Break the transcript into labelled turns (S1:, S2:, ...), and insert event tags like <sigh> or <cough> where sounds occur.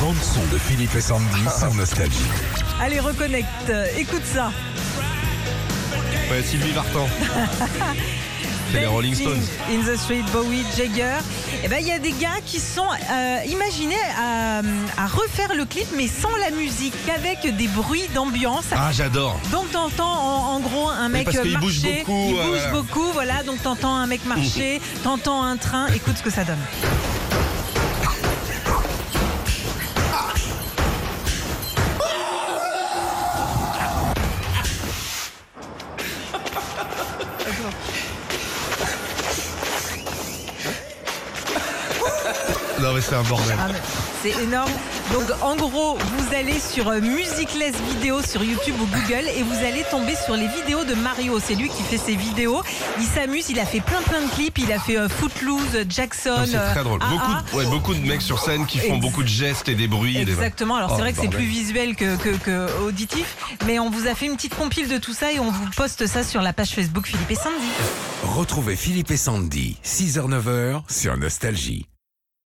S1: bande son de Philippe et Sandy sur Nostalgie.
S2: Allez, reconnecte. Écoute ça.
S3: Ouais, Sylvie
S2: <laughs>
S3: Vartan. C'est les Rolling Stones.
S2: In the Street, Bowie, Jagger. Et ben, il y a des gars qui sont euh, imaginés à, à refaire le clip, mais sans la musique, avec des bruits d'ambiance.
S3: Ah, j'adore.
S2: Donc t'entends en, en gros un mec
S3: parce qu'il
S2: marcher,
S3: bouge beaucoup,
S2: il
S3: euh,
S2: bouge
S3: voilà.
S2: beaucoup, voilà. Donc t'entends
S3: <laughs>
S2: un mec marcher, t'entends un train. Écoute ce que ça donne.
S3: Non, mais c'est un bordel.
S2: Ah, mais C'est énorme. Donc en gros, vous allez sur euh, Musicless Vidéo sur YouTube ou Google et vous allez tomber sur les vidéos de Mario. C'est lui qui fait ses vidéos. Il s'amuse, il a fait plein plein de clips. Il a fait euh, Footloose, euh, Jackson.
S3: Non, C'est
S2: euh,
S3: très drôle.
S2: AA.
S3: Beaucoup, de, ouais, beaucoup de mecs sur scène qui font
S2: Ex-
S3: beaucoup de gestes et des bruits. et des-
S2: Exactement. Alors
S3: Oh,
S2: c'est vrai que c'est
S3: bordel.
S2: plus visuel que, que- que auditif, mais on vous a fait une petite compile de tout ça et on vous poste ça sur la page Facebook Philippe et Sandy.
S1: Retrouvez Philippe et Sandy, 6h-9h sur Nostalgie.